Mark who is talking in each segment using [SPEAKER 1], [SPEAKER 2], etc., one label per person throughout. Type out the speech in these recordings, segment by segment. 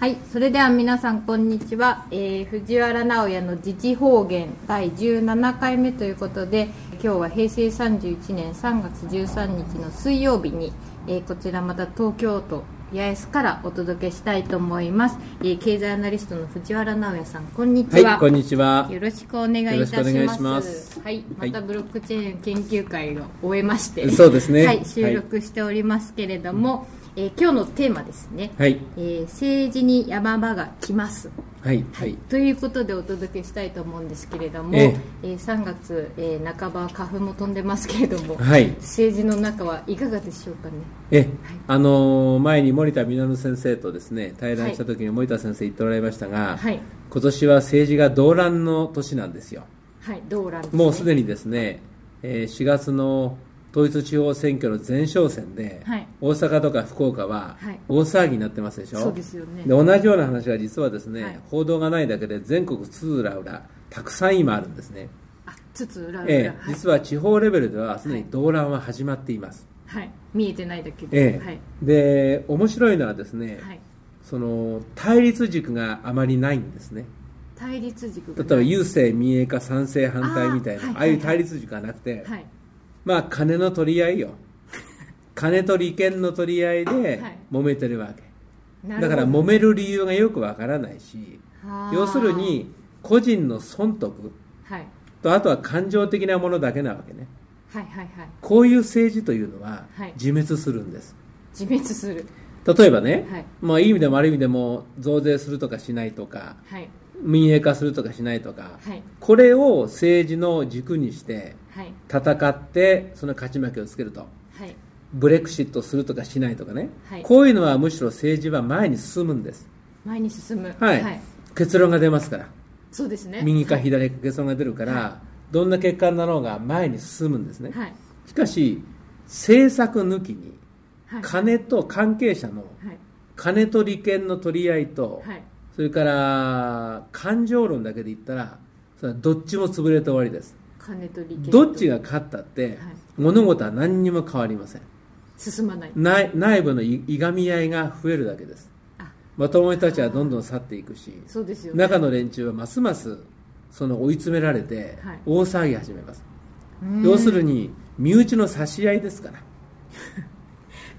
[SPEAKER 1] はい、それでは皆さんこんにちは、えー藤原直也の自治方言第17回目ということで今日は平成31年3月13日の水曜日に、えーこちらまた東京都八重洲からお届けしたいと思います、えー経済アナリストの藤原直也さんこんにちは、
[SPEAKER 2] はい、こんにちは。
[SPEAKER 1] よろしくお願いいたし
[SPEAKER 2] よろしくお願い
[SPEAKER 1] ま
[SPEAKER 2] し
[SPEAKER 1] す。
[SPEAKER 2] ます
[SPEAKER 1] はい、ま
[SPEAKER 2] はい
[SPEAKER 1] たブロックチェーン研究会を終えまして、
[SPEAKER 2] そうですね
[SPEAKER 1] はい、収録しておりますけれども、えー今日のテーマですね。
[SPEAKER 2] はい、
[SPEAKER 1] えー政治に山場が来ます。
[SPEAKER 2] はい、はい。
[SPEAKER 1] ということでお届けしたいと思うんですけれども、え
[SPEAKER 2] え
[SPEAKER 1] ー3月、えー半ば花粉も飛んでますけれど も、
[SPEAKER 2] はい。
[SPEAKER 1] 政治の中はいかがでしょうかね。
[SPEAKER 2] え、あのー前に森田実先生とですね、対談した時に森田先生言っておられましたが、
[SPEAKER 1] はい、
[SPEAKER 2] 今年は政治が動乱の年なんですよ。
[SPEAKER 1] はい、どうなんですね
[SPEAKER 2] もうすでにですね、えー4月の統一地方選挙の前哨戦で、
[SPEAKER 1] はい
[SPEAKER 2] 大阪とか福岡は
[SPEAKER 1] はい
[SPEAKER 2] 大騒ぎになってますでしょ、
[SPEAKER 1] そうですよね
[SPEAKER 2] で同じような話は実はですね、
[SPEAKER 1] はい
[SPEAKER 2] 報道がないだけで全国津々浦々たくさん今あるんですね、
[SPEAKER 1] あ、つつ裏裏、
[SPEAKER 2] ええ
[SPEAKER 1] はい
[SPEAKER 2] 実は地方レベルではすでに動乱は始まっています、
[SPEAKER 1] はい、見えてないだけで、
[SPEAKER 2] ええ
[SPEAKER 1] はい、
[SPEAKER 2] で面白いのはですね、
[SPEAKER 1] はい、
[SPEAKER 2] その対立軸があまりないんですね
[SPEAKER 1] 対立軸
[SPEAKER 2] 例
[SPEAKER 1] が
[SPEAKER 2] えば
[SPEAKER 1] ない
[SPEAKER 2] 郵政民営化賛成反対みたいな
[SPEAKER 1] あーはい
[SPEAKER 2] ああい
[SPEAKER 1] はい
[SPEAKER 2] う
[SPEAKER 1] はい
[SPEAKER 2] 対立軸がなくて、
[SPEAKER 1] はい、
[SPEAKER 2] まあ金の取り合 いよ金と利権の取り合いで
[SPEAKER 1] はい
[SPEAKER 2] 揉めてるわけ、
[SPEAKER 1] なる
[SPEAKER 2] だ
[SPEAKER 1] ほど
[SPEAKER 2] から揉める理由がよくわからないし
[SPEAKER 1] あー
[SPEAKER 2] 要するに個人の損得
[SPEAKER 1] はい、
[SPEAKER 2] とあとは感情的なものだけなわけね
[SPEAKER 1] はいはいはい
[SPEAKER 2] こういう政治というのは
[SPEAKER 1] はい
[SPEAKER 2] 自滅するんです、
[SPEAKER 1] 自滅する
[SPEAKER 2] 例えばね、
[SPEAKER 1] はい
[SPEAKER 2] まあ、いい意味でも悪い意味でも増税するとかしないとか
[SPEAKER 1] はい
[SPEAKER 2] 民営化するとかしないとか、
[SPEAKER 1] はい
[SPEAKER 2] これを政治の軸にして
[SPEAKER 1] はい
[SPEAKER 2] 戦ってその勝ち負けをつけると
[SPEAKER 1] はい
[SPEAKER 2] ブレクシットするとかしないとかね、
[SPEAKER 1] はい
[SPEAKER 2] こういうのはむしろ政治は前に進むんです、
[SPEAKER 1] 前に進む
[SPEAKER 2] はい結論が出ますから
[SPEAKER 1] そうですね
[SPEAKER 2] 右か左か結論が出るから、どんな結果になろうが前に進むんですね、
[SPEAKER 1] はい
[SPEAKER 2] しかし政策抜きに
[SPEAKER 1] はいはい
[SPEAKER 2] 金と関係者の金と利権の取り合いと、
[SPEAKER 1] はい
[SPEAKER 2] それから感情論だけで言ったらそれはどっちも潰れて終わりです
[SPEAKER 1] 金と利権と
[SPEAKER 2] どっちが勝ったって、物事は何にも変わりません
[SPEAKER 1] 進まない
[SPEAKER 2] 内内部のいいがみ合いが増えるだけです
[SPEAKER 1] あ
[SPEAKER 2] まともにたちはどんどん去っていくし
[SPEAKER 1] そうですよね
[SPEAKER 2] 中の連中はますますその追い詰められて
[SPEAKER 1] はい
[SPEAKER 2] 大騒ぎ始めます、
[SPEAKER 1] うん
[SPEAKER 2] 要するに身内の差し合いですから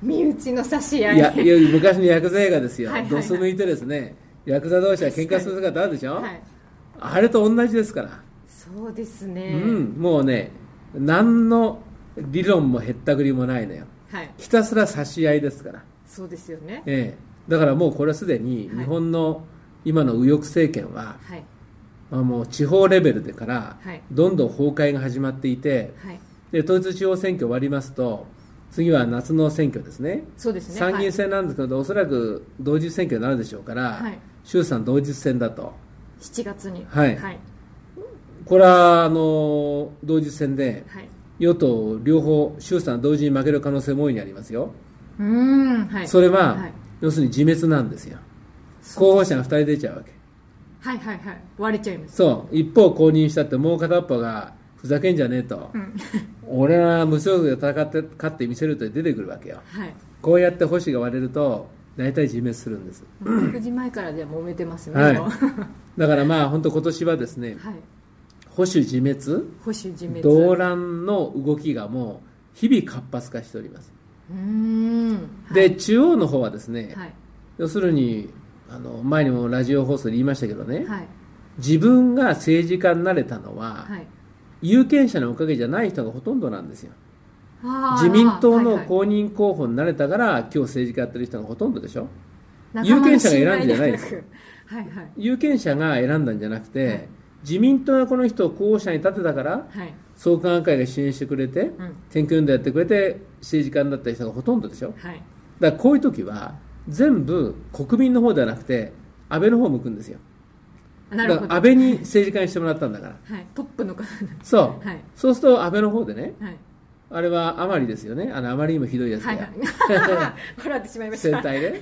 [SPEAKER 1] 身内の差し合い
[SPEAKER 2] いやいや昔のヤクザ映画ですよ、
[SPEAKER 1] はいはいはい
[SPEAKER 2] ドス抜いてですね、ヤクザ同士は喧嘩する姿あるでしょ、
[SPEAKER 1] はい
[SPEAKER 2] あれと同じですから、
[SPEAKER 1] そうですね
[SPEAKER 2] うん、もうね、何の理論もへったくりもないのよ、
[SPEAKER 1] はい
[SPEAKER 2] ひたすら差し合いですから、
[SPEAKER 1] そうですよね
[SPEAKER 2] ええ、だからもうこれはすでに
[SPEAKER 1] はい
[SPEAKER 2] 日本の今の右翼政権は、
[SPEAKER 1] はい
[SPEAKER 2] まあもう地方レベルでから
[SPEAKER 1] はい、
[SPEAKER 2] どんどん崩壊が始まっていて、
[SPEAKER 1] はい
[SPEAKER 2] で統一地方選挙終わりますと、次は夏の選挙ですね。
[SPEAKER 1] そうですね
[SPEAKER 2] 参議院選なんですけど、おそらく同日選挙になるでしょうから、
[SPEAKER 1] はい
[SPEAKER 2] 衆参同日選だと、
[SPEAKER 1] はい7月に
[SPEAKER 2] はい
[SPEAKER 1] はい
[SPEAKER 2] これはあの同日選で、
[SPEAKER 1] はい
[SPEAKER 2] 与党両方、衆参同時に負ける可能性も大いにありますよ、
[SPEAKER 1] うーんはい
[SPEAKER 2] それは、
[SPEAKER 1] はい
[SPEAKER 2] 要するに自滅なんですよ、候補者が2人出ちゃうわけ、
[SPEAKER 1] はいはいはい割れちゃいます
[SPEAKER 2] そう、一方公認したって、もう片っぽがふざけんじゃねえと、
[SPEAKER 1] ん
[SPEAKER 2] 俺は無所属で戦って勝ってみせると出てくるわけよ、
[SPEAKER 1] はい
[SPEAKER 2] こうやって保守が割れると、大体自滅するんです。
[SPEAKER 1] 6時前からでも揉めてますね、
[SPEAKER 2] はい
[SPEAKER 1] もうは
[SPEAKER 2] だからまあ本当今年はですね、
[SPEAKER 1] い、
[SPEAKER 2] 保守自滅、
[SPEAKER 1] 保守自滅
[SPEAKER 2] 動
[SPEAKER 1] う
[SPEAKER 2] 乱の動きがもう日々活発化しております。
[SPEAKER 1] ーん
[SPEAKER 2] で、中央の方はですね、
[SPEAKER 1] はい
[SPEAKER 2] 要するにあの前にもラジオ放送で言いましたけどね、
[SPEAKER 1] はい
[SPEAKER 2] 自分が政治家になれたのは、
[SPEAKER 1] はい
[SPEAKER 2] 有権者のおかげじゃない人がほとんどなんですよ
[SPEAKER 1] あー
[SPEAKER 2] 自民党の
[SPEAKER 1] はいはい
[SPEAKER 2] 公認候補になれたから、今日政治家やってる人がほとんどでしょ
[SPEAKER 1] 仲間の
[SPEAKER 2] 有権者が選んじゃないです
[SPEAKER 1] 信頼ではなくはい
[SPEAKER 2] 有権者が選んだんじゃなくて、
[SPEAKER 1] はい
[SPEAKER 2] 自民党がこの人を候補者に立てたから
[SPEAKER 1] はいはい
[SPEAKER 2] 創価学会が支援してくれて、
[SPEAKER 1] うん
[SPEAKER 2] 選挙運動やってくれて政治家になった人がほとんどでしょ
[SPEAKER 1] はい
[SPEAKER 2] だからこういう時は全部国民の方ではなくて安倍の方向くんですよ
[SPEAKER 1] なるほ
[SPEAKER 2] だ
[SPEAKER 1] ど
[SPEAKER 2] から安倍に政治家にしてもらったんだから
[SPEAKER 1] はいトップの方
[SPEAKER 2] そう、
[SPEAKER 1] はい
[SPEAKER 2] そうすると安倍の方でね
[SPEAKER 1] はい
[SPEAKER 2] あれは甘利ですよねあの甘利にもひどいやつ
[SPEAKER 1] は
[SPEAKER 2] が、
[SPEAKER 1] いはい 笑ってしまいまし
[SPEAKER 2] 選
[SPEAKER 1] た
[SPEAKER 2] 体で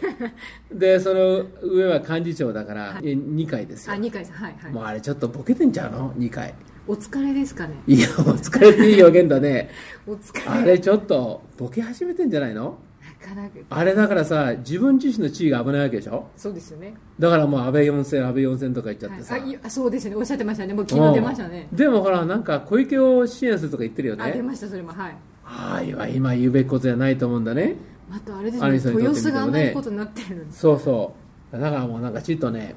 [SPEAKER 2] でその上は幹事長だから、
[SPEAKER 1] は
[SPEAKER 2] え2回ですよ
[SPEAKER 1] あ二回さんはい
[SPEAKER 2] もう
[SPEAKER 1] はい
[SPEAKER 2] あれちょっとボケてんちゃうの2回
[SPEAKER 1] お疲れですかね
[SPEAKER 2] いやもう疲れていい表現だね
[SPEAKER 1] お疲
[SPEAKER 2] あ
[SPEAKER 1] れ
[SPEAKER 2] れちょっとボケ始めてんじゃないの
[SPEAKER 1] なん
[SPEAKER 3] かなく
[SPEAKER 2] あれだからさ自分自身の地位が危ないわけでしょ
[SPEAKER 1] そうですよね、
[SPEAKER 2] だからもう安倍四千安倍四千とか言っちゃっ
[SPEAKER 1] はい
[SPEAKER 2] てさ、
[SPEAKER 1] あいあそうですねおっしゃってましたねもう昨日出ましたね
[SPEAKER 2] うんでもほらなんか小池を支援するとか言ってるよ
[SPEAKER 1] あ出
[SPEAKER 2] ね
[SPEAKER 1] ましたそれもはい
[SPEAKER 2] ああいは今言うべきことじゃないと思うんだね
[SPEAKER 1] またあれです
[SPEAKER 2] ア
[SPEAKER 1] ね
[SPEAKER 2] ニさんにと
[SPEAKER 1] 豊
[SPEAKER 2] ってみても
[SPEAKER 1] 洲
[SPEAKER 2] ね
[SPEAKER 1] があんなことになってるんです
[SPEAKER 2] そうそうだからもうなんかちょっとね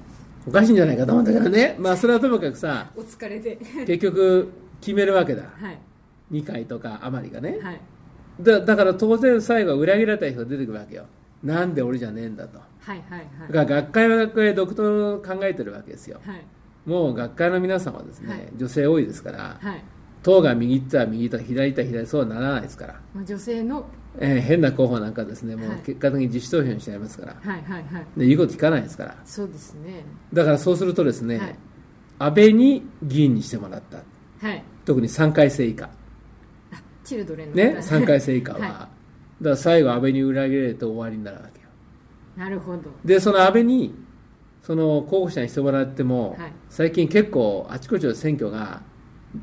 [SPEAKER 2] おかしいんじゃないかと思うんだけ どねまあそれはともかくさ
[SPEAKER 1] お疲れ で
[SPEAKER 2] 結局決めるわけだ
[SPEAKER 1] はい
[SPEAKER 2] 2回とか余りがね
[SPEAKER 1] はい
[SPEAKER 2] だだから当然最後は裏切られた人が出てくるわけよなんで俺じゃねえんだと
[SPEAKER 1] はいはいはい
[SPEAKER 2] だから学会は学会で独特の考えてるわけですよ
[SPEAKER 1] はい
[SPEAKER 2] もう学会の皆さんはですね、
[SPEAKER 1] はい
[SPEAKER 2] 女性多いですから
[SPEAKER 1] はい、
[SPEAKER 2] 党が右行ったら右とか左行ったら左そうはならないですから、
[SPEAKER 1] まあ、女性の
[SPEAKER 2] えー変な候補なんかですねもう
[SPEAKER 1] はい
[SPEAKER 2] 結果的に自主投票にしちゃいますから、
[SPEAKER 1] はいはいはい
[SPEAKER 2] で言うこと聞かないですから
[SPEAKER 1] そうですね
[SPEAKER 2] だからそうするとですね、
[SPEAKER 1] はい
[SPEAKER 2] 安倍に議員にしてもらった
[SPEAKER 1] はい
[SPEAKER 2] 特に3回生以下
[SPEAKER 1] あチルドレンの
[SPEAKER 2] ね
[SPEAKER 1] 方
[SPEAKER 2] 3回生以下は、
[SPEAKER 1] はい
[SPEAKER 2] だから最後安倍に裏切られると終わりになるわけよ
[SPEAKER 1] なるほど
[SPEAKER 2] でその安倍にその候補者にしてもらっても、
[SPEAKER 1] はい
[SPEAKER 2] 最近結構あちこちの選挙が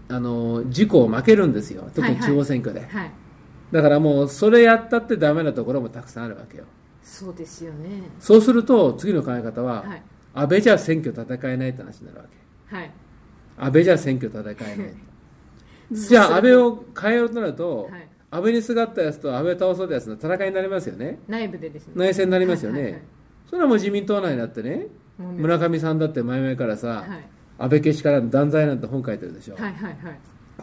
[SPEAKER 2] あの自公負けるんですよ特に地方選挙で、
[SPEAKER 1] はい
[SPEAKER 2] だからもうそれやったってダメなところもたくさんあるわけよ
[SPEAKER 1] そうですよね
[SPEAKER 2] そうすると次の考え方は、
[SPEAKER 1] はい
[SPEAKER 2] 安倍じゃ選挙戦えないって話になるわけ
[SPEAKER 1] はい
[SPEAKER 2] 安倍じゃ選挙戦えないじゃあ安倍を変えようとなると、
[SPEAKER 1] はい
[SPEAKER 2] 安倍にすがったやつと安倍を倒そうとやつの戦いになりますよね
[SPEAKER 1] 内部でですね
[SPEAKER 2] 内戦になりますよね、
[SPEAKER 1] はいはいはい
[SPEAKER 2] それはもう自民党内だってね
[SPEAKER 1] もう
[SPEAKER 2] 村上さんだって前々からさ、
[SPEAKER 1] はい
[SPEAKER 2] 安倍消しからの断罪なんて本書いてるでしょ、
[SPEAKER 1] はいはいはい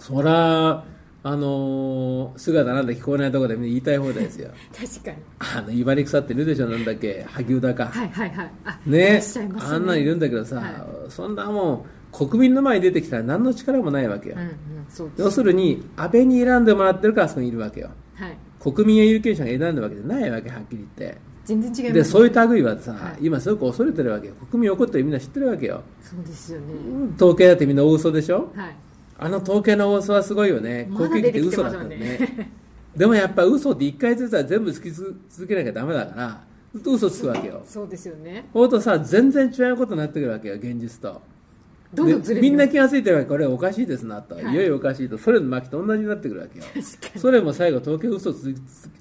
[SPEAKER 2] そらあのー姿なんて聞こえないところでみんな言いたい放題ですよ
[SPEAKER 1] 確かに
[SPEAKER 2] あの威張り腐っているでしょなんだっけ萩生田か、
[SPEAKER 1] はいはいはいあいら
[SPEAKER 2] ね
[SPEAKER 1] っしゃいますね
[SPEAKER 2] あんなんいるんだけどさ、
[SPEAKER 1] は
[SPEAKER 2] そんなもう国民の前に出てきたら何の力もないわけよ、
[SPEAKER 1] うんうんそうです
[SPEAKER 2] 要するに安倍に選んでもらってるからあそこにいるわけよ
[SPEAKER 1] はい
[SPEAKER 2] 国民や有権者が選んだわけじゃないわけはっきり言って
[SPEAKER 1] 全然違います
[SPEAKER 2] でそういう類はさ、
[SPEAKER 1] はい
[SPEAKER 2] 今すごく恐れてるわけよ国民怒ってるみんな知ってるわけよ
[SPEAKER 1] そうですよね
[SPEAKER 2] 統計だってみんな大嘘でしょ
[SPEAKER 1] はい
[SPEAKER 2] あの統計の大嘘はすごいよね
[SPEAKER 1] まだ
[SPEAKER 2] 国
[SPEAKER 1] 出
[SPEAKER 2] 益
[SPEAKER 1] き
[SPEAKER 2] ってて
[SPEAKER 1] て
[SPEAKER 2] 嘘
[SPEAKER 1] ま
[SPEAKER 2] だっ
[SPEAKER 1] す
[SPEAKER 2] た
[SPEAKER 1] よ
[SPEAKER 2] ん
[SPEAKER 1] ね
[SPEAKER 2] ね でもやっぱ嘘って一回ずつは全部つき続けなきゃダメだからずっと嘘つくわけよ
[SPEAKER 1] そうですよね
[SPEAKER 2] ほうとさ全然違うことになってくるわけよ現実と
[SPEAKER 1] どんどんずれ
[SPEAKER 2] で
[SPEAKER 1] て
[SPEAKER 2] みんな
[SPEAKER 1] き
[SPEAKER 2] 気が付いてるわけこれおかしいですなと、
[SPEAKER 1] はい
[SPEAKER 2] い、よいよおかしいとソ連の末期と同じになってくるわけよ
[SPEAKER 1] 確か
[SPEAKER 2] それも最後統計嘘つき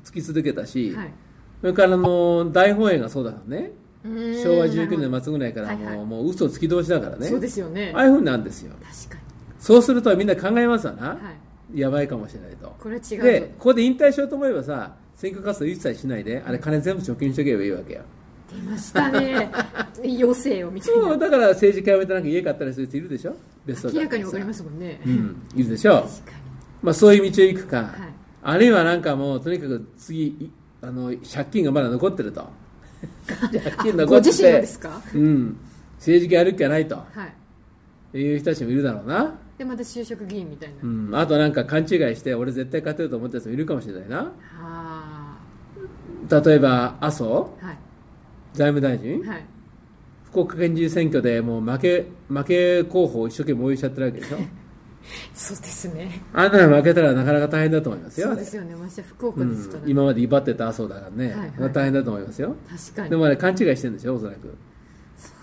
[SPEAKER 2] つき続けたし、
[SPEAKER 1] にはい
[SPEAKER 2] それからあの大本営がそうだからね
[SPEAKER 1] うーん
[SPEAKER 2] 昭和19年末ぐらいからもう,、
[SPEAKER 1] はいはい
[SPEAKER 2] もう嘘つき通しだからね
[SPEAKER 1] そうですよね
[SPEAKER 2] ああいうふうになるんですよ
[SPEAKER 1] 確
[SPEAKER 2] そうするとみんな考えますわな、
[SPEAKER 1] かにはい
[SPEAKER 2] やばいかもしれないと
[SPEAKER 1] これは違う
[SPEAKER 2] でここで引退しようと思えばさ選挙活動一切しないであれ金全部貯金しとけばいいわけよ
[SPEAKER 1] 出ました ね余生をみたい
[SPEAKER 2] そう
[SPEAKER 1] な
[SPEAKER 2] だから政治家辞めてなんか家買ったりする人いるでしょ別荘
[SPEAKER 1] 明らかにわかりますすもんね
[SPEAKER 2] うんいるでしょ
[SPEAKER 1] 確か
[SPEAKER 2] まあ、そういう道を行くか、
[SPEAKER 1] い
[SPEAKER 2] あるいはなんかもうとにかく次いあの借金がまだ残ってると借金
[SPEAKER 1] に
[SPEAKER 2] 残
[SPEAKER 1] ご
[SPEAKER 2] って
[SPEAKER 1] 自身の
[SPEAKER 2] て
[SPEAKER 1] ですか
[SPEAKER 2] うん、政治家やる気はないと
[SPEAKER 1] はい
[SPEAKER 2] いう人たちもいるだろうな、
[SPEAKER 1] でまた就職議員みたいな
[SPEAKER 2] うん、あとなんか勘違いして俺絶対勝てると思ったやつもいるかもしれないな
[SPEAKER 1] あ
[SPEAKER 2] 例えば麻生
[SPEAKER 1] あはい
[SPEAKER 2] 財務大臣
[SPEAKER 1] はい
[SPEAKER 2] 福岡県知事選挙でもう負け負け候補を一生懸命応援しちゃってるわけでしょ
[SPEAKER 1] そうですね
[SPEAKER 2] あんなの負けたらなかなか大変だと思いますよ
[SPEAKER 1] そうですよねまして福岡
[SPEAKER 2] う
[SPEAKER 1] ですから
[SPEAKER 2] ん、今まで威張ってた麻生だからね、
[SPEAKER 1] はいはい
[SPEAKER 2] まあ大変だと思いますよ
[SPEAKER 1] 確か
[SPEAKER 2] で
[SPEAKER 1] に
[SPEAKER 2] もあれ勘違いしてるんでしょおそらく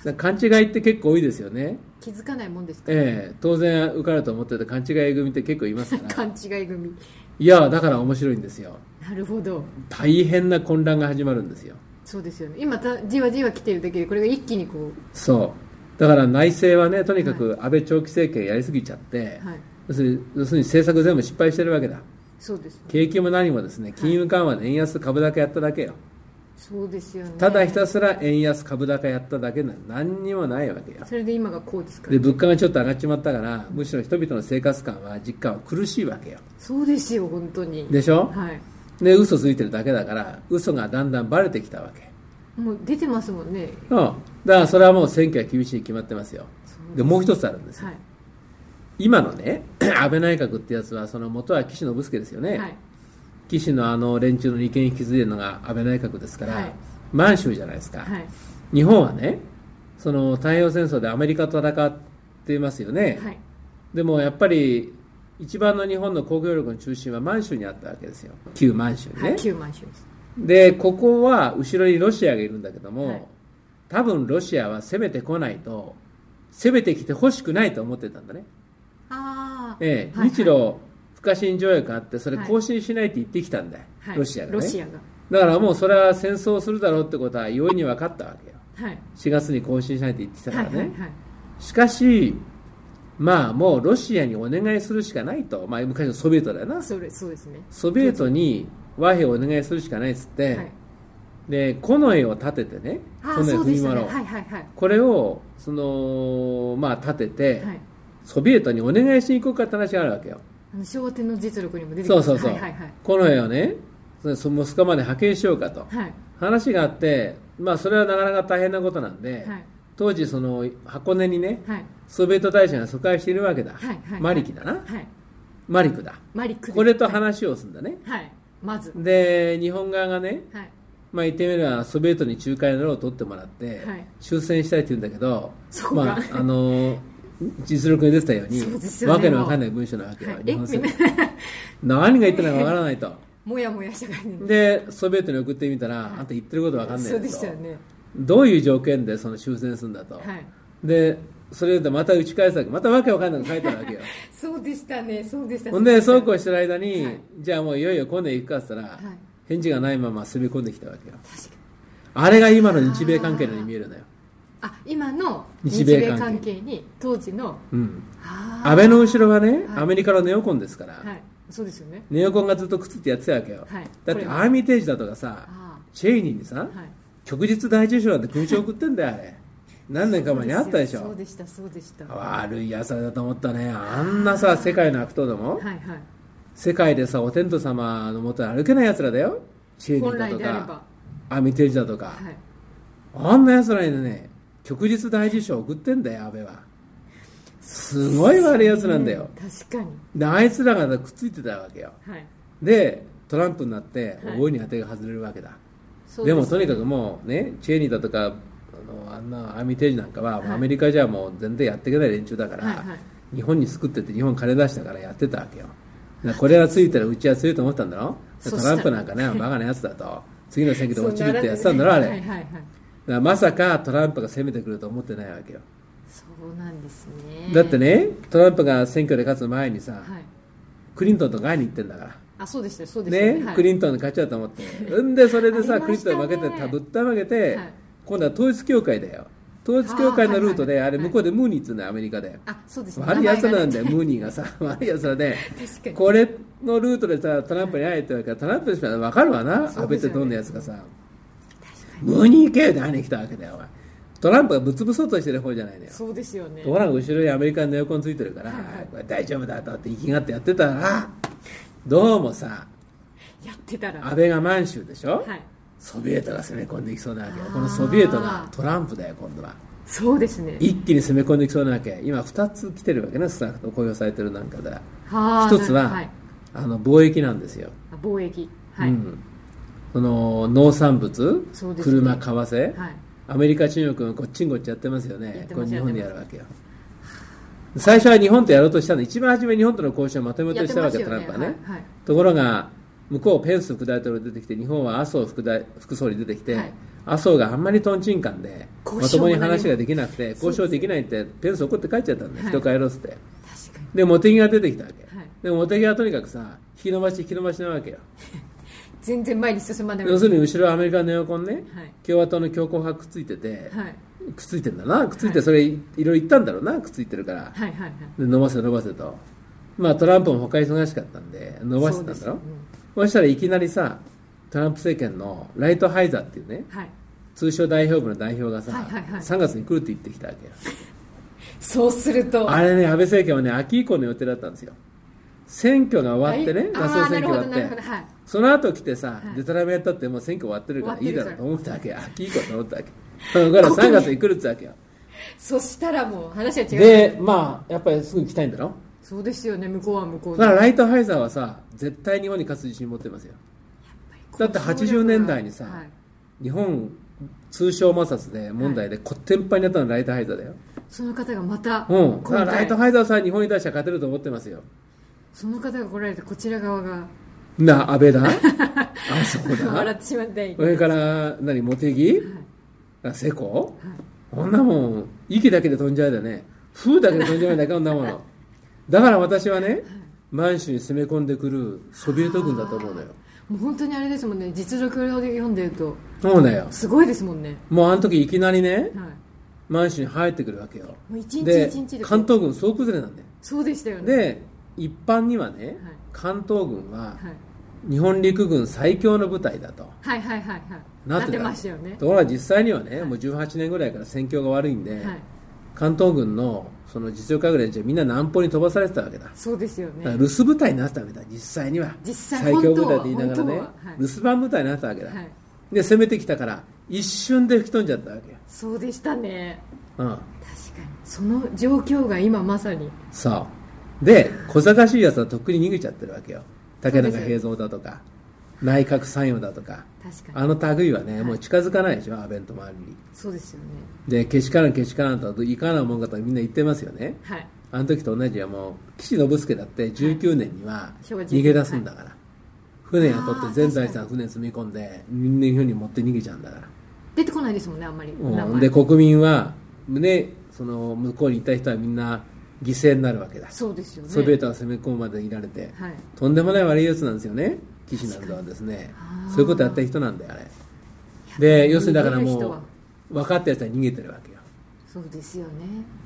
[SPEAKER 2] だから勘違いって結構多いですよね
[SPEAKER 1] 気づかないもんですから
[SPEAKER 2] ええ当然受かると思ってて勘違い組って結構いま すから
[SPEAKER 1] 勘違い組
[SPEAKER 2] いやだから面白いんですよ
[SPEAKER 1] なるほど
[SPEAKER 2] 大変な混乱が始まるんですよ
[SPEAKER 1] そうですよね今たじわじわ来てるだけでこれが一気にこ
[SPEAKER 2] そうだから内政はねとにかく安倍長期政権やりすぎちゃって、
[SPEAKER 1] うはい
[SPEAKER 2] 要するに要するに政策全部失敗してるわけだ
[SPEAKER 1] そうです
[SPEAKER 2] 景気も何もですね金融緩和で円安株高やっただけよ
[SPEAKER 1] そうですよね
[SPEAKER 2] ただひたすら円安株高やっただけなん何にもないわけよ
[SPEAKER 1] それで今がこうですか
[SPEAKER 2] で
[SPEAKER 1] ら
[SPEAKER 2] 物価がちょっと上がっちまったからむしろ人々の生活感は実感は苦しいわけよ
[SPEAKER 1] そうですよ本当に
[SPEAKER 2] でしょ
[SPEAKER 1] はい
[SPEAKER 2] で嘘ついてるだけだから嘘がだんだんバレてきたわけ
[SPEAKER 1] もう出てますもんね
[SPEAKER 2] うんだからそれはもう選挙は厳しいに決まってますよ
[SPEAKER 1] そう
[SPEAKER 2] でもう一つあるんですよ
[SPEAKER 1] はい
[SPEAKER 2] 今のね 安倍内閣ってやつはその元は岸信介ですよね、
[SPEAKER 1] はい
[SPEAKER 2] 岸のあの連中の利権引き継いでるのが安倍内閣ですから、
[SPEAKER 1] はい
[SPEAKER 2] 満州じゃないですか、
[SPEAKER 1] はい
[SPEAKER 2] 日本はねその太平洋戦争でアメリカと戦っていますよね、
[SPEAKER 1] はい
[SPEAKER 2] でもやっぱり一番の日本の工業力の中心は満州にあったわけですよ旧満州ね、
[SPEAKER 1] はい旧満州です
[SPEAKER 2] でここは後ろにロシアがいるんだけども、
[SPEAKER 1] はい
[SPEAKER 2] 多分ロシアは攻めてこないと攻めてきてほしくないと思ってたんだね、
[SPEAKER 1] ああ
[SPEAKER 2] ええ
[SPEAKER 1] はい
[SPEAKER 2] 日露不可侵条約があってそれ
[SPEAKER 1] はい
[SPEAKER 2] 更新しないって言ってきたんだよ、
[SPEAKER 1] はい
[SPEAKER 2] ロシアがね
[SPEAKER 1] ロシアが
[SPEAKER 2] だからもうそれは戦争するだろうってことは容易に分かったわけよ
[SPEAKER 1] はい
[SPEAKER 2] 4月に更新しないって言ってたか
[SPEAKER 1] はい
[SPEAKER 2] ら
[SPEAKER 1] はい
[SPEAKER 2] ね、
[SPEAKER 1] はい
[SPEAKER 2] しかしまあもうロシアにお願いするしかないと、まあ、昔のソビエトだよな
[SPEAKER 1] それそうですね
[SPEAKER 2] ソビエトに和平をお願いするしかないっつって、
[SPEAKER 1] はい
[SPEAKER 2] で近衛を立ててね
[SPEAKER 1] あ
[SPEAKER 2] 近
[SPEAKER 1] あそ
[SPEAKER 2] 衛
[SPEAKER 1] うで
[SPEAKER 2] 国
[SPEAKER 1] した
[SPEAKER 2] 丸
[SPEAKER 1] ね
[SPEAKER 2] を、
[SPEAKER 1] はいはいはい
[SPEAKER 2] これをその、まあ、立てて、
[SPEAKER 1] はい
[SPEAKER 2] ソビエトにお願いしに行こうかって話があるわけよ
[SPEAKER 1] あの昭和天皇実力にも出てき
[SPEAKER 2] そ
[SPEAKER 1] ま
[SPEAKER 2] う
[SPEAKER 1] す
[SPEAKER 2] そうそう、
[SPEAKER 1] はいはいはい
[SPEAKER 2] この絵をねそそモスクワまで派遣しようかと
[SPEAKER 1] はい
[SPEAKER 2] 話があって、まあ、それはなかなか大変なことなんで、
[SPEAKER 1] はい
[SPEAKER 2] 当時その箱根にね
[SPEAKER 1] はい
[SPEAKER 2] ソビエト大使が疎開しているわけだ、
[SPEAKER 1] はいはい
[SPEAKER 2] マリキだな
[SPEAKER 1] はい
[SPEAKER 2] マリクだ
[SPEAKER 1] マリック
[SPEAKER 2] これと
[SPEAKER 1] はい
[SPEAKER 2] 話をするんだね
[SPEAKER 1] はいまず
[SPEAKER 2] で日本側がね、
[SPEAKER 1] はい
[SPEAKER 2] まあ、言ってみればソビエトに仲介の労を取ってもらって、
[SPEAKER 1] はい
[SPEAKER 2] 終戦したいって言うんだけど
[SPEAKER 1] そ、こが
[SPEAKER 2] まあ、あの実力に出てたように
[SPEAKER 1] そうですよね
[SPEAKER 2] わけのわかんない文章なわけよ、
[SPEAKER 1] はい
[SPEAKER 2] 日本戦
[SPEAKER 1] え
[SPEAKER 2] 何が言ってるのかわからないと
[SPEAKER 1] もやもやした感じ
[SPEAKER 2] でソビエトに送ってみたら、あんた言ってることわかんない
[SPEAKER 1] そう
[SPEAKER 2] よ
[SPEAKER 1] で
[SPEAKER 2] と
[SPEAKER 1] したよね
[SPEAKER 2] どういう条件でその終戦するんだと、
[SPEAKER 1] はい
[SPEAKER 2] でそれでまた打ち返すわけまたわけわかんないの書いてあるわけよ
[SPEAKER 1] そうでしたねそうでした
[SPEAKER 2] ほんでそうこ
[SPEAKER 1] は
[SPEAKER 2] うしてる間に、
[SPEAKER 1] はい
[SPEAKER 2] じゃあもういよいよ今度行くかって言ったら、
[SPEAKER 1] い
[SPEAKER 2] 返事がないまま滑り込んできたわけよ
[SPEAKER 1] 確かに
[SPEAKER 2] あれが今の日米関係のように見えるのよ、
[SPEAKER 1] あ今の
[SPEAKER 2] 日
[SPEAKER 1] 日
[SPEAKER 2] 米
[SPEAKER 1] 米
[SPEAKER 2] 関係
[SPEAKER 1] 関係に当時の
[SPEAKER 2] うん、安
[SPEAKER 1] 安
[SPEAKER 2] 倍の後ろはね、
[SPEAKER 1] はい
[SPEAKER 2] アメリカのネオコンですから、
[SPEAKER 1] はいそうですよね
[SPEAKER 2] ネオコンがずっとくっつってやってたわけよ、
[SPEAKER 1] はい
[SPEAKER 2] だっ
[SPEAKER 1] こ
[SPEAKER 2] て
[SPEAKER 1] れ
[SPEAKER 2] アーミーテージだとかさ
[SPEAKER 1] あ
[SPEAKER 2] チェイニーにさ、
[SPEAKER 1] あはい
[SPEAKER 2] 旭日大綬章なんて勲章送ってんだよあれ何年か前にあったでし
[SPEAKER 1] そ
[SPEAKER 2] ょ
[SPEAKER 1] うですよそうでしたそうでしたは
[SPEAKER 2] 悪いやつらだと思ったねあんなさ世界の悪党ども
[SPEAKER 1] いはい
[SPEAKER 2] 世界でさお天道様のもとに歩けないやつらだよチェイニ
[SPEAKER 1] 本
[SPEAKER 2] ーだ
[SPEAKER 1] 来
[SPEAKER 2] と
[SPEAKER 1] であれ
[SPEAKER 2] か
[SPEAKER 1] ば
[SPEAKER 2] アーミーテージだとか、
[SPEAKER 1] はい
[SPEAKER 2] あんなやつらにね旭日大綬章送ってんだよ安倍はすごい悪いやつなんだよ、
[SPEAKER 1] う確かに
[SPEAKER 2] であいつらがくっついてたわけよ
[SPEAKER 1] はい
[SPEAKER 2] でトランプになって
[SPEAKER 1] はい
[SPEAKER 2] 大いに当てが外れるわけだ、
[SPEAKER 1] そう
[SPEAKER 2] ですもとにかくもうねチェーニーだとかあのあんなアーミーテージなんかは、
[SPEAKER 1] はい
[SPEAKER 2] もうアメリカじゃもう全然やっていけない連中だから、
[SPEAKER 1] はいはい
[SPEAKER 2] 日本に救ってって日本金出したからやってたわけよだからこれはついたらうちは強いと思ったんだろ
[SPEAKER 1] そ
[SPEAKER 2] ト
[SPEAKER 1] した
[SPEAKER 2] ラ
[SPEAKER 1] ら
[SPEAKER 2] ンプなんかねバカなやつだと次の選挙で落ちるってやって
[SPEAKER 1] そ
[SPEAKER 2] た
[SPEAKER 1] うん
[SPEAKER 2] だ
[SPEAKER 1] な
[SPEAKER 2] ろあ
[SPEAKER 1] らず
[SPEAKER 2] れ、だ
[SPEAKER 1] に
[SPEAKER 2] か
[SPEAKER 1] はいはいはい
[SPEAKER 2] らまさかトランプが攻めてくると思ってないわけよ
[SPEAKER 1] そうなんですね
[SPEAKER 2] だってねトランプが選挙で勝つ前にさ、
[SPEAKER 1] はい
[SPEAKER 2] クリントンと会いに行ってんだから
[SPEAKER 1] あそうでしたそうでした
[SPEAKER 2] ね、クリ
[SPEAKER 1] ン
[SPEAKER 2] ントンに勝ちだと思って、うんでそれで
[SPEAKER 1] あ
[SPEAKER 2] さ、
[SPEAKER 1] り
[SPEAKER 2] クリ
[SPEAKER 1] ま
[SPEAKER 2] ン
[SPEAKER 1] した
[SPEAKER 2] ト
[SPEAKER 1] ね
[SPEAKER 2] ン負けてたぶった負けて、
[SPEAKER 1] はい
[SPEAKER 2] 今度は統一教会だよ統一教会のルートで
[SPEAKER 1] あー
[SPEAKER 2] あ,、
[SPEAKER 1] はいはい
[SPEAKER 2] れ向こうでムーニーっつうのよアメリカで
[SPEAKER 1] あそうですね
[SPEAKER 2] 悪いやつらなん
[SPEAKER 1] 名前
[SPEAKER 2] だ
[SPEAKER 1] が
[SPEAKER 2] よ、ムーニー がさ悪いやつらで
[SPEAKER 1] ね確かに
[SPEAKER 2] これのルートでさトランプに会えてるからトランプの人は分かるわな、
[SPEAKER 1] そ
[SPEAKER 2] 安
[SPEAKER 1] う
[SPEAKER 2] 倍
[SPEAKER 1] で
[SPEAKER 2] っ
[SPEAKER 1] す
[SPEAKER 2] て
[SPEAKER 1] よね
[SPEAKER 2] どんなやつかさ
[SPEAKER 1] 確か
[SPEAKER 2] ムーニー系で会いに来たわけだよお前トランプがぶっ潰そうとしてる方じゃないのよ
[SPEAKER 1] にそうですよね
[SPEAKER 2] ところが後ろにアメリカのエアコンついてるから、
[SPEAKER 1] はいはい
[SPEAKER 2] これ大丈夫だとって生きがってやってたらどうもさ
[SPEAKER 1] やってたら
[SPEAKER 2] 安倍が満州でしょ、
[SPEAKER 1] はい
[SPEAKER 2] ソビエトが攻め込んでいきそうなわけよ
[SPEAKER 1] あー
[SPEAKER 2] このソビエトがトランプだよ今度は
[SPEAKER 1] そうですね
[SPEAKER 2] 一気に攻め込んでいきそうなわけ今2つ来てるわけね少なくとも公表されてるなんかでは
[SPEAKER 1] はあ
[SPEAKER 2] 一つは、
[SPEAKER 1] はい
[SPEAKER 2] あの貿易なんですよ、
[SPEAKER 1] あ貿易はい、
[SPEAKER 2] うんその農産物、
[SPEAKER 1] そうですね
[SPEAKER 2] 車為替、
[SPEAKER 1] はい
[SPEAKER 2] アメリカ中国がこっちんこっちやってますよ
[SPEAKER 1] や
[SPEAKER 2] ね
[SPEAKER 1] って
[SPEAKER 2] こ
[SPEAKER 1] ま
[SPEAKER 2] れ
[SPEAKER 1] す
[SPEAKER 2] 日本でやるわけよ最初は日本とやろうとしたの一番初め日本との交渉をまとめようとしたわけ、
[SPEAKER 1] やってま
[SPEAKER 2] トラン
[SPEAKER 1] す
[SPEAKER 2] プ
[SPEAKER 1] よ
[SPEAKER 2] は
[SPEAKER 1] ね
[SPEAKER 2] ね、
[SPEAKER 1] はいはい
[SPEAKER 2] ところが向こうペンス副大統領出てきて日本は麻生副大副総理出てきて、
[SPEAKER 1] はい
[SPEAKER 2] 麻生があんまりとんちんかんで
[SPEAKER 1] 交
[SPEAKER 2] まと
[SPEAKER 1] 渉
[SPEAKER 2] も
[SPEAKER 1] も
[SPEAKER 2] に
[SPEAKER 1] ね
[SPEAKER 2] 話ができなくて交渉できないってペンス怒って帰っちゃったんだよ、
[SPEAKER 1] はい
[SPEAKER 2] 人帰ろうっつって
[SPEAKER 1] 確かに
[SPEAKER 2] で茂木が出てきたわけ、
[SPEAKER 1] はい
[SPEAKER 2] で茂木はとにかくさ引き延ばし引き延ばしなわけよ
[SPEAKER 1] 全然前に進まない
[SPEAKER 2] 要するに後ろアメリカのネオコンね、
[SPEAKER 1] はい
[SPEAKER 2] 共和党の強硬派くっついてて、
[SPEAKER 1] はい
[SPEAKER 2] くっついてんだなくっつい
[SPEAKER 1] は
[SPEAKER 2] て
[SPEAKER 1] い
[SPEAKER 2] それいろいろ言ったんだろうなくっついてるから、
[SPEAKER 1] はいはいはい
[SPEAKER 2] で伸ばせ伸ばせとまあトランプも他忙しかったんで伸ばしてた
[SPEAKER 1] そうで
[SPEAKER 2] んだろ
[SPEAKER 1] すよ
[SPEAKER 2] そしたらいきなりさトランプ政権のライトハイザーっていうね
[SPEAKER 1] うんはい
[SPEAKER 2] 通商代表部の代表がさ、
[SPEAKER 1] はいはいはい
[SPEAKER 2] 3月に来るって言ってきたわけよ
[SPEAKER 1] そうすると
[SPEAKER 2] あれね安倍政権はね秋以降の予定だったんですよ選挙が終わってね、
[SPEAKER 1] はい、
[SPEAKER 2] まあ総選挙
[SPEAKER 1] あー
[SPEAKER 2] が
[SPEAKER 1] な
[SPEAKER 2] 終
[SPEAKER 1] る
[SPEAKER 2] わ
[SPEAKER 1] ほ
[SPEAKER 2] っ
[SPEAKER 1] どなるほど
[SPEAKER 2] て
[SPEAKER 1] はい
[SPEAKER 2] その後来てさ、
[SPEAKER 1] はい
[SPEAKER 2] デタラメやったってもう選挙終わってるからい
[SPEAKER 1] 終わ
[SPEAKER 2] い
[SPEAKER 1] って
[SPEAKER 2] だ
[SPEAKER 1] る
[SPEAKER 2] ろ
[SPEAKER 1] から
[SPEAKER 2] うと思ったわけ秋以降と思ったわけだから3月に来るっつわけよ
[SPEAKER 1] そしたらもう話は違う
[SPEAKER 2] でまあやっぱりすぐ来たいんだろ
[SPEAKER 1] そうですよね向こうは向こう
[SPEAKER 2] だ
[SPEAKER 1] で
[SPEAKER 2] からライトハイザーはさ絶対日本に勝つ自信持ってますよだって80年代にさ
[SPEAKER 1] はい
[SPEAKER 2] 日本通商摩擦で問題でこってんぱんになったのはライトハイザーだよ、
[SPEAKER 1] その方がまた
[SPEAKER 2] うん、だ
[SPEAKER 1] 今
[SPEAKER 2] から
[SPEAKER 1] 回
[SPEAKER 2] ライトハイザーさんは日本に対しては勝てると思ってますよ
[SPEAKER 1] その方が来られてこちら側が
[SPEAKER 2] な安倍 だあそ う
[SPEAKER 1] 笑
[SPEAKER 2] だ
[SPEAKER 1] ってしまって
[SPEAKER 2] それから何茂木あ世耕、こんなもん息だけで飛んじゃうだね風だけで飛んじゃうんだかこんなものだから私はね満州に攻め込んでくるソビエト軍だと思うのよ
[SPEAKER 1] もう本当にあれですもんね実力を読んでると
[SPEAKER 2] そうだよ
[SPEAKER 1] すごいですもんね
[SPEAKER 2] もうあの時いきなりね
[SPEAKER 1] はい
[SPEAKER 2] 満州に入ってくるわけよ
[SPEAKER 1] もう一日
[SPEAKER 2] で
[SPEAKER 1] 一日で
[SPEAKER 2] 関東軍総崩れなんだよ
[SPEAKER 1] そうでしたよね
[SPEAKER 2] で一般にはね、
[SPEAKER 1] はい
[SPEAKER 2] 関東軍は
[SPEAKER 1] はい
[SPEAKER 2] 日本陸軍最強の部隊だと
[SPEAKER 1] はいはいはいはい
[SPEAKER 2] なってた
[SPEAKER 1] ってましたよね
[SPEAKER 2] ところが実際にはね、もう18年ぐらいから戦況が悪いんで、
[SPEAKER 1] はい
[SPEAKER 2] 関東軍のその実力隠れじゃみんな南方に飛ばされてたわけだだか
[SPEAKER 1] そうですよね
[SPEAKER 2] ら留守部隊になってたわけだ実際には
[SPEAKER 1] 実際
[SPEAKER 2] 最強部隊って言いながら
[SPEAKER 1] 本当
[SPEAKER 2] ね、
[SPEAKER 1] は本当ははい
[SPEAKER 2] 留守番部隊になってたわけだ、
[SPEAKER 1] はい
[SPEAKER 2] で攻めてきたから一瞬で吹き飛んじゃったわけよ、
[SPEAKER 1] そうでしたね
[SPEAKER 2] うん、
[SPEAKER 1] 確かにその状況が今まさに
[SPEAKER 2] そうで小賢しいやつはとっくに逃げちゃってるわけよ竹中平蔵だとか内閣参与だとか
[SPEAKER 1] 確かに
[SPEAKER 2] あの類はね、もう近づかないでしょアベント周りに
[SPEAKER 1] そうですよね
[SPEAKER 2] でけしからんけしからんといかなもんかとみんな言ってますよね
[SPEAKER 1] はい
[SPEAKER 2] あの時と同じはもう岸信介だって19年には
[SPEAKER 1] 昭和19
[SPEAKER 2] 逃げ出すんだから、船
[SPEAKER 1] あ
[SPEAKER 2] 雇
[SPEAKER 1] ー
[SPEAKER 2] って全財産船積み込んでみんな日本に持って逃げちゃうんだから
[SPEAKER 1] 出てこないですもんねあんまり名
[SPEAKER 2] うん、
[SPEAKER 1] 前
[SPEAKER 2] で国民は、ね、その向こうにいた人はみんな犠牲になるわけだ、
[SPEAKER 1] そうですよね
[SPEAKER 2] ソビエトが攻め込むまでいられて、
[SPEAKER 1] はい
[SPEAKER 2] とんでもない悪いやつなんですよね岸なんかはですね
[SPEAKER 1] あー
[SPEAKER 2] そういうことやった人なんだよあれで要するにだから
[SPEAKER 1] 逃げる人
[SPEAKER 2] も
[SPEAKER 1] は
[SPEAKER 2] う分かったやつは逃げてるわけよ
[SPEAKER 1] そうですよね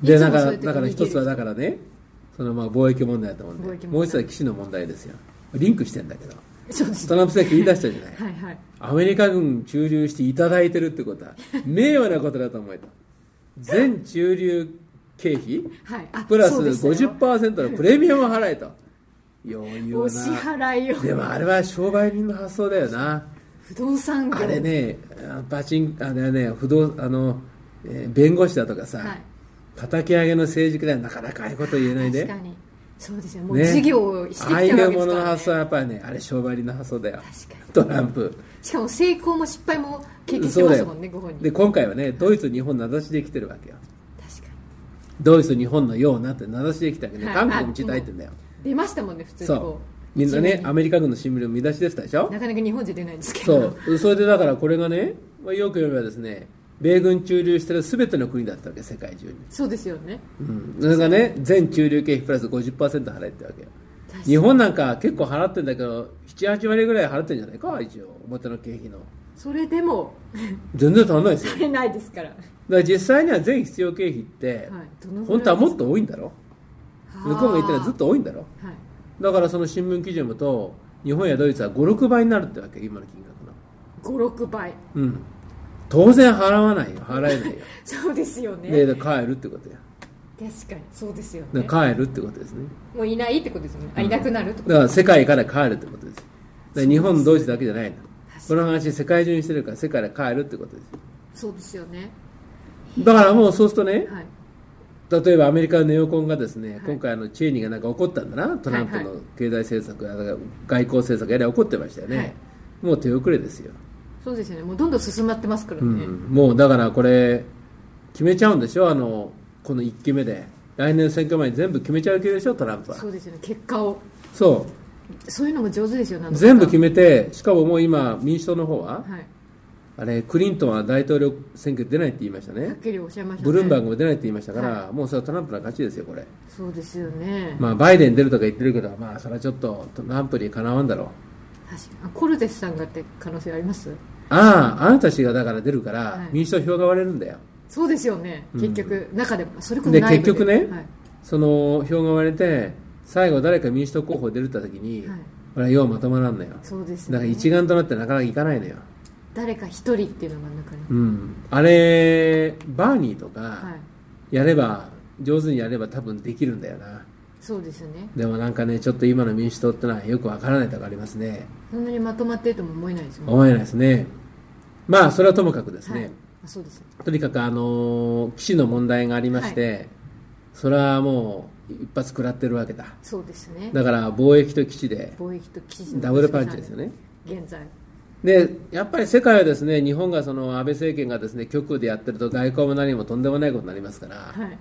[SPEAKER 2] で
[SPEAKER 1] いつ
[SPEAKER 2] だ
[SPEAKER 1] も
[SPEAKER 2] か
[SPEAKER 1] そう
[SPEAKER 2] ら
[SPEAKER 1] いう時
[SPEAKER 2] だから
[SPEAKER 1] に
[SPEAKER 2] 一つはだからねそのまあ貿易問題だと思
[SPEAKER 1] 貿
[SPEAKER 2] うん
[SPEAKER 1] 易
[SPEAKER 2] で
[SPEAKER 1] 問題
[SPEAKER 2] もう一つは岸の問題ですよリンクしてんだけど
[SPEAKER 1] そうです
[SPEAKER 2] トランプ政権言い出したじゃない
[SPEAKER 1] はいはい
[SPEAKER 2] アメリカ軍駐留していただいてるってこ とは名誉なことだと思えた全駐留経費
[SPEAKER 1] はいあ
[SPEAKER 2] プラス
[SPEAKER 1] そうでしたよ
[SPEAKER 2] 50%のプレミアムを払え と余裕
[SPEAKER 1] お支
[SPEAKER 2] な
[SPEAKER 1] 払いを
[SPEAKER 2] でもあれは商売人の発想だよな
[SPEAKER 1] 不動産業
[SPEAKER 2] あれねあパチンあれはね不動あの、えー弁護士だとかさ、
[SPEAKER 1] はい
[SPEAKER 2] 叩き上げの政治家ではなかなかああいうこと言えないで
[SPEAKER 1] 確かにそうですよもう事業をしてきた
[SPEAKER 2] あ
[SPEAKER 1] わ
[SPEAKER 2] あ
[SPEAKER 1] けです
[SPEAKER 2] い
[SPEAKER 1] から、
[SPEAKER 2] う
[SPEAKER 1] ね、
[SPEAKER 2] ものの発想はやっぱりねあれ商売人の発想だよ
[SPEAKER 1] 確かに
[SPEAKER 2] トランプ
[SPEAKER 1] しかも成功も失敗も経験してますもんねご本人
[SPEAKER 2] で今回はねドイツ日本名指しできてるわけよ
[SPEAKER 1] 確か
[SPEAKER 2] ドイツ日本のようなって名指しできたわけど、
[SPEAKER 1] はい
[SPEAKER 2] 韓国も時代ってんだよ
[SPEAKER 1] に出ましたもんね普通に
[SPEAKER 2] そ
[SPEAKER 1] こ
[SPEAKER 2] うみんな
[SPEAKER 1] 一
[SPEAKER 2] ね
[SPEAKER 1] 面に
[SPEAKER 2] アメリカ軍の新聞の見出しでしたでし
[SPEAKER 1] う
[SPEAKER 2] ょ
[SPEAKER 1] なかなか日本人出ないんですけど
[SPEAKER 2] そうそれでだからこれがね、まあ、よく読めばですね米軍駐留してる全ての国だったわけ世界中に、
[SPEAKER 1] そうですよね
[SPEAKER 2] うん、それがね全駐留経費プラス50%払えってわけよ
[SPEAKER 1] 確かに
[SPEAKER 2] 日本なんか結構払ってんだけど78割ぐらい払ってんじゃないか一応表の経費の
[SPEAKER 1] それでも
[SPEAKER 2] 全然足んないですよ
[SPEAKER 1] 出ないですから、はい、
[SPEAKER 2] だから実際には全必要経費って、
[SPEAKER 1] どのぐらい
[SPEAKER 2] 本当はもっと多いんだろ向こうが言ってるのはずっ
[SPEAKER 1] と
[SPEAKER 2] と多いんだろ
[SPEAKER 1] はい
[SPEAKER 2] だからその新聞記事もと日本やドイツは56倍になるってわけ今の金額の
[SPEAKER 1] 56倍
[SPEAKER 2] うん当然払わないよ払えないよ
[SPEAKER 1] そうですよね
[SPEAKER 2] でで帰るってことや
[SPEAKER 1] 確かにそうですよ
[SPEAKER 2] で
[SPEAKER 1] ね
[SPEAKER 2] 帰るってことですね
[SPEAKER 1] もういないってことですよねあいなくなるってこと
[SPEAKER 2] だから世界から帰るってことですだから日本ドイツだけじゃないのこの話世界中にしてるから世界から帰るってことで
[SPEAKER 1] そうですよね
[SPEAKER 2] すだからもうそうするとね
[SPEAKER 1] はい
[SPEAKER 2] 例えばアメリカのネオコンがですね、今回あのチェーニーがなんか怒ったんだなトランプ
[SPEAKER 1] はい
[SPEAKER 2] の経済政策や、だから外交政策やりゃ怒ってましたよね、
[SPEAKER 1] はい
[SPEAKER 2] もう手遅れですよ、
[SPEAKER 1] そうですよねもうどんどん進まってますから
[SPEAKER 2] う
[SPEAKER 1] ね、
[SPEAKER 2] ん、もうだからこれ決めちゃうんでしょあのこの1期目で来年選挙前に全部決めちゃう気でしょトランプは
[SPEAKER 1] そうですよね結果を
[SPEAKER 2] そ
[SPEAKER 1] そういうのも上手ですよなん
[SPEAKER 2] う
[SPEAKER 1] とか
[SPEAKER 2] 全部決めてしかももう今民主党の方は、
[SPEAKER 1] はい
[SPEAKER 2] あれクリントンは大統領選挙出ないって言いました
[SPEAKER 1] はっ
[SPEAKER 2] ね
[SPEAKER 1] きりおっしゃいましたね
[SPEAKER 2] ブルームバーグも出ないって言いましたから、もうそれはトランプの勝ちですよこれ
[SPEAKER 1] そうですよね、
[SPEAKER 2] まあ、バイデン出るとか言ってるけど、まあ、それはちょっとトランプにかなわんだろう。
[SPEAKER 1] 確かにあコルテスさんがって可能性あります
[SPEAKER 2] ああ、あなたたちがだから出るから、
[SPEAKER 1] はい
[SPEAKER 2] 民主党票が割れるんだよ。
[SPEAKER 1] そうですよね結局、中でもそれこそ
[SPEAKER 2] で
[SPEAKER 1] 内部
[SPEAKER 2] 結局ね
[SPEAKER 1] はい
[SPEAKER 2] その票が割れて、最後誰か民主党候補出るった時に、
[SPEAKER 1] はい
[SPEAKER 2] これはようまとまらんのよ。
[SPEAKER 1] そうです
[SPEAKER 2] だから
[SPEAKER 1] ね
[SPEAKER 2] 一丸となってなかなかいかないのよ。
[SPEAKER 1] 誰か一人っていうのが中に、
[SPEAKER 2] うん。あれ、バーニーと
[SPEAKER 1] は
[SPEAKER 2] か、
[SPEAKER 1] い
[SPEAKER 2] やれば、上手にやれば多分できるんだよな。
[SPEAKER 1] そうですよね
[SPEAKER 2] でもなんかね、ちょっと今の民主党ってのはよくわからないとかありますね。
[SPEAKER 1] そんなにまとまってるとも思えないですもん
[SPEAKER 2] 思えないですね。まあ、それはともかくですね。
[SPEAKER 1] はい、あそうです
[SPEAKER 2] とにかくあの騎士の問題がありまして、それはもう一発食らってるわけだ
[SPEAKER 1] そうですね
[SPEAKER 2] だから貿易と基地で
[SPEAKER 1] 貿易と記事の
[SPEAKER 2] ダブルパンチですよね
[SPEAKER 1] 現在
[SPEAKER 2] でやっぱり世界はですね日本がその安倍政権がですね極右でやってると外交も何もとんでもないことになりますから、
[SPEAKER 1] はい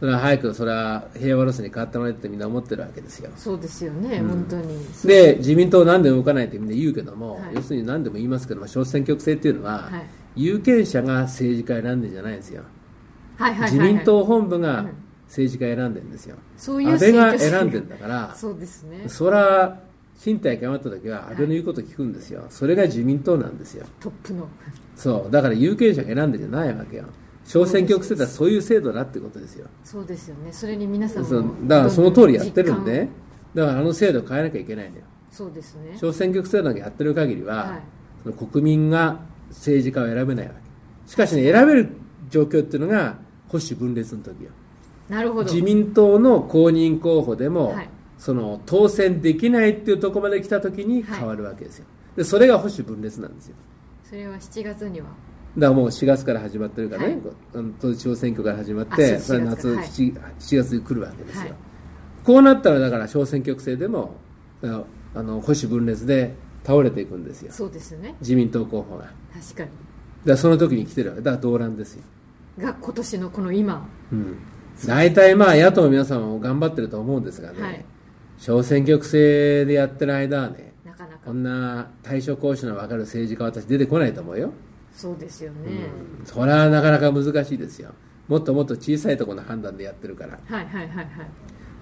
[SPEAKER 2] それは早くそれは平和ロスに変わってもらえってみんな思ってるわけですよ
[SPEAKER 1] そうですよね、本当に
[SPEAKER 2] で自民党なんで動かないってみんな言うけども、
[SPEAKER 1] はい
[SPEAKER 2] 要するに何でも言いますけども小選挙区制っていうのは、
[SPEAKER 1] はい
[SPEAKER 2] 有権者が政治家選んでんじゃないんですよ
[SPEAKER 1] はいはいはい、はい、
[SPEAKER 2] 自民党本部
[SPEAKER 1] う
[SPEAKER 2] が
[SPEAKER 1] ん
[SPEAKER 2] 政治家選んでるんですよ、
[SPEAKER 1] そういう
[SPEAKER 2] 安倍
[SPEAKER 1] 選
[SPEAKER 2] が
[SPEAKER 1] 挙制
[SPEAKER 2] 選んでるんだから、
[SPEAKER 1] そうですね
[SPEAKER 2] そら、身体が余った時は安倍の言うこと聞くんですよ、それが自民党なんですよ
[SPEAKER 1] トップの
[SPEAKER 2] そうだから有権者が選んでじゃないわけよ小選挙区制度はそういう制度だってことですよ
[SPEAKER 1] そうですよねそれに皆さんも
[SPEAKER 2] そうだからその通りやってるん
[SPEAKER 1] 実
[SPEAKER 2] で
[SPEAKER 1] 感
[SPEAKER 2] だからあの制度を変えなきゃいけないのよ
[SPEAKER 1] そうですね
[SPEAKER 2] 小選挙区制度がやってる限りは、
[SPEAKER 1] はい
[SPEAKER 2] その国民が政治家を選べないわけしかしね選べる状況っていうのが保守分裂の時よ
[SPEAKER 1] なるほど
[SPEAKER 2] 自民党の公認候補でも、
[SPEAKER 1] はい
[SPEAKER 2] その当選できないっていうところまで来た時に
[SPEAKER 1] はい
[SPEAKER 2] 変わるわけですよ、でそれが保守分裂なんですよ
[SPEAKER 1] それは7月には
[SPEAKER 2] だからもう4月から始まってるからね、
[SPEAKER 1] はい
[SPEAKER 2] あの統一地方選挙から始まっ
[SPEAKER 1] あ
[SPEAKER 2] て、
[SPEAKER 1] そう
[SPEAKER 2] それは
[SPEAKER 1] 4月
[SPEAKER 2] 夏
[SPEAKER 1] はい
[SPEAKER 2] 7, 7月に来るわけですよ、
[SPEAKER 1] はい
[SPEAKER 2] こうなったらだから小選挙区制でもあのあの保守分裂で倒れていくんですよ
[SPEAKER 1] そうですね
[SPEAKER 2] 自民党候補がだか
[SPEAKER 1] 確から
[SPEAKER 2] その時に来てるわけだから動乱ですよ、
[SPEAKER 1] にが今年のこの今
[SPEAKER 2] うん、大体まあ野党の皆さんも頑張ってると思うんですがね、
[SPEAKER 1] はい
[SPEAKER 2] 小選挙区制でやってる間はね
[SPEAKER 1] なかなか
[SPEAKER 2] こんな対処講師の分かる政治家は私出てこないと思うよ
[SPEAKER 1] そうですよね、
[SPEAKER 2] それはなかなか難しいですよもっともっと小さいところの判断でやってるから
[SPEAKER 1] はいはいはい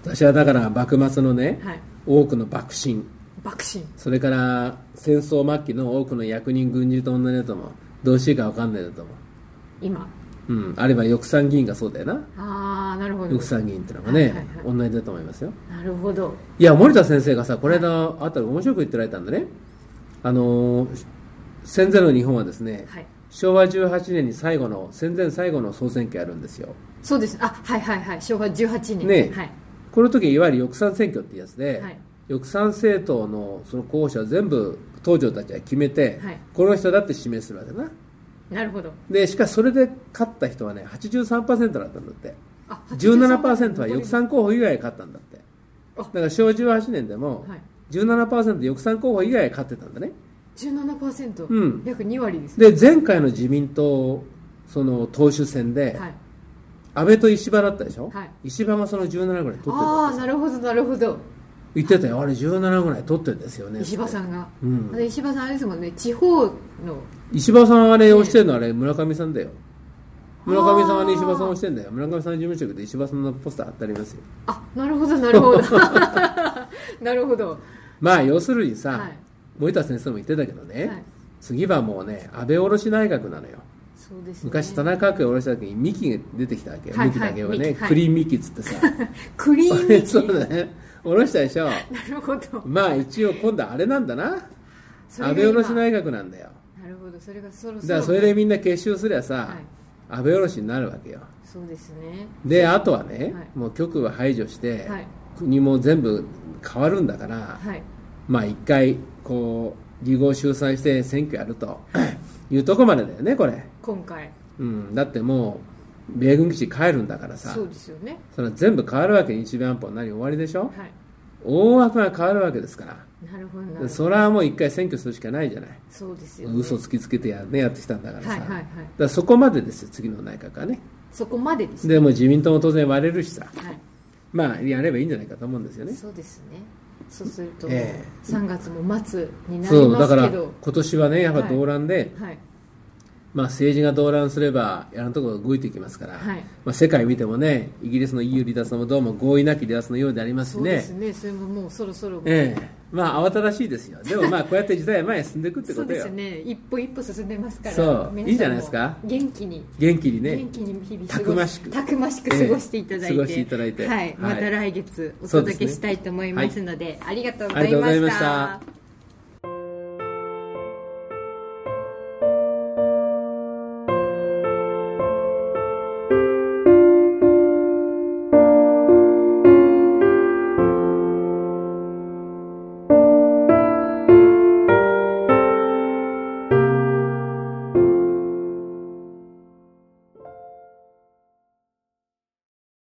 [SPEAKER 2] 私はだから幕末のね
[SPEAKER 1] はいはい
[SPEAKER 2] 多くの幕臣
[SPEAKER 1] 爆心
[SPEAKER 2] それから戦争末期の多くの役人軍人と同じだと思うどうしていいか分かんないだと思
[SPEAKER 1] 今
[SPEAKER 2] う、うん、あるいは翼賛議員がそうだよな
[SPEAKER 1] ああなるほど
[SPEAKER 2] 翼賛議員ってのが
[SPEAKER 1] はい
[SPEAKER 2] ね
[SPEAKER 1] はいはい
[SPEAKER 2] 同じだと思いますよ
[SPEAKER 1] なるほど
[SPEAKER 2] いや森田先生がさこの間あたり面白く言ってられたんだねあのー戦前の日本はですね、
[SPEAKER 1] はい
[SPEAKER 2] 昭和18年に最後の戦前最後の総選挙やるんですよ
[SPEAKER 1] そうですあはいはいはい昭和18年
[SPEAKER 2] ねえ
[SPEAKER 1] はい
[SPEAKER 2] この時いわゆる翼賛選挙ってやつで、
[SPEAKER 1] はい
[SPEAKER 2] 翼賛政党のその候補者を全部東条たちが決めて、
[SPEAKER 1] はい
[SPEAKER 2] この人だって指名するわけだな
[SPEAKER 1] なるほど
[SPEAKER 2] でしかしそれで勝った人はね83%だったんだって
[SPEAKER 1] あ
[SPEAKER 2] 17%は翼
[SPEAKER 1] ん
[SPEAKER 2] 賛候補以外が勝ったんだってだ
[SPEAKER 1] あ
[SPEAKER 2] から昭和18年でも
[SPEAKER 1] はい
[SPEAKER 2] 17%翼賛候補以外が勝ってたんだね
[SPEAKER 1] 17%、
[SPEAKER 2] うん
[SPEAKER 1] 約2割です
[SPEAKER 2] で前回の自民党その党首選で、
[SPEAKER 1] はい
[SPEAKER 2] 安倍と石破だったでしょ、
[SPEAKER 1] はい
[SPEAKER 2] 石破がその17ぐらい取ってるって
[SPEAKER 1] ああなるほどなるほど
[SPEAKER 2] 言ってたよあれ17ぐらい取ってるんですよね
[SPEAKER 1] 石破さ
[SPEAKER 2] ん
[SPEAKER 1] んが、
[SPEAKER 2] うん
[SPEAKER 1] あれ石破さんあれですもんね地方の
[SPEAKER 2] 石破さんあれ押してるのあれ村上さんだよ村上さんはね
[SPEAKER 1] あー
[SPEAKER 2] 石破さん押してんだよ村上さんの事務職で石破さんのポスター貼ってありますよ
[SPEAKER 1] あなるほどなるほ ど なるほど
[SPEAKER 2] まあ要するにさ、
[SPEAKER 1] はい
[SPEAKER 2] 森田先生も言ってたけどね、
[SPEAKER 1] はい
[SPEAKER 2] 次はもうね安倍卸内閣なのよ
[SPEAKER 1] そうです、ね、
[SPEAKER 2] 昔田中角栄下ろした時にミキが出てきたわけよ、
[SPEAKER 1] はいはい
[SPEAKER 2] ミキだけを
[SPEAKER 1] ミ
[SPEAKER 2] ね、
[SPEAKER 1] キはい
[SPEAKER 2] クリーンミキっつってさ
[SPEAKER 1] クリーンミキ
[SPEAKER 2] そうだね下ろしたでしょ
[SPEAKER 1] なるほど
[SPEAKER 2] まあ一応今度はあれなんだな
[SPEAKER 1] それ
[SPEAKER 2] 安
[SPEAKER 1] が
[SPEAKER 2] 倍
[SPEAKER 1] 今
[SPEAKER 2] 卸内閣なんだよ
[SPEAKER 1] なるほどそれがそろ
[SPEAKER 2] だ
[SPEAKER 1] そ
[SPEAKER 2] か
[SPEAKER 1] ろ
[SPEAKER 2] らそれでみんな結集すりゃさ、
[SPEAKER 1] はい
[SPEAKER 2] 安倍卸になるわけよ
[SPEAKER 1] そうですね
[SPEAKER 2] であとはね、
[SPEAKER 1] はい
[SPEAKER 2] もう局は排除して、
[SPEAKER 1] はい
[SPEAKER 2] 国も全部変わるんだから、
[SPEAKER 1] はい
[SPEAKER 2] まあ一回こう離合集散して選挙やるというとこまでだよねこれ、
[SPEAKER 1] 今回
[SPEAKER 2] うん、だってもう米軍基地帰るんだからさ
[SPEAKER 1] そうですよね
[SPEAKER 2] それは全部変わるわけ日米安保なり終わりでしょ
[SPEAKER 1] はい
[SPEAKER 2] 大枠が変わるわけですから
[SPEAKER 1] なるほどなるほ
[SPEAKER 2] で
[SPEAKER 1] ど
[SPEAKER 2] それはもう一回選挙するしかないじゃない
[SPEAKER 1] そうですよね
[SPEAKER 2] 嘘突きつけてや,、ね、やってきたんだからさ、
[SPEAKER 1] はいはいはい
[SPEAKER 2] だからそこまでですよ次の内閣はね
[SPEAKER 1] そこまでですね
[SPEAKER 2] でもう自民党も当然割れるしさ
[SPEAKER 1] はい
[SPEAKER 2] まあやればいいんじゃないかと思うんですよね
[SPEAKER 1] そうですねそうすると、
[SPEAKER 2] ええ
[SPEAKER 1] 3月も末になり
[SPEAKER 2] そう
[SPEAKER 1] ま
[SPEAKER 2] だ
[SPEAKER 1] す
[SPEAKER 2] から
[SPEAKER 1] けど
[SPEAKER 2] 今年はねやっぱ動乱で、
[SPEAKER 1] はい
[SPEAKER 2] まあ、政治が動乱すればいろんなところが動いていきますから、
[SPEAKER 1] はい
[SPEAKER 2] まあ、世界見てもねイギリスの EU 離脱もどうも合意なき離脱のようでありますし
[SPEAKER 1] そう
[SPEAKER 2] ね
[SPEAKER 1] ですねそれももうそろそろ
[SPEAKER 2] ええまあ慌ただしいですよでもまあこうやって時代は前へ進んでいくって
[SPEAKER 1] そ
[SPEAKER 2] こ
[SPEAKER 1] う
[SPEAKER 2] と
[SPEAKER 1] で
[SPEAKER 2] よ、
[SPEAKER 1] すね一歩一歩進んでますから
[SPEAKER 2] そう
[SPEAKER 1] 皆さも
[SPEAKER 2] いいじゃないですか
[SPEAKER 1] 元気に
[SPEAKER 2] 元気にね
[SPEAKER 1] 元気に日々
[SPEAKER 2] たくましく
[SPEAKER 1] たくましく過ごしていただいて,、
[SPEAKER 2] ええ過ごしていただいて
[SPEAKER 1] は
[SPEAKER 2] はい
[SPEAKER 1] い、また来月お
[SPEAKER 2] そう
[SPEAKER 1] 届
[SPEAKER 2] ですね
[SPEAKER 1] けしたいと思いますのでありがとうご
[SPEAKER 2] あ
[SPEAKER 1] ざい
[SPEAKER 2] りがとう
[SPEAKER 1] ま
[SPEAKER 2] ございま
[SPEAKER 1] し
[SPEAKER 2] したた。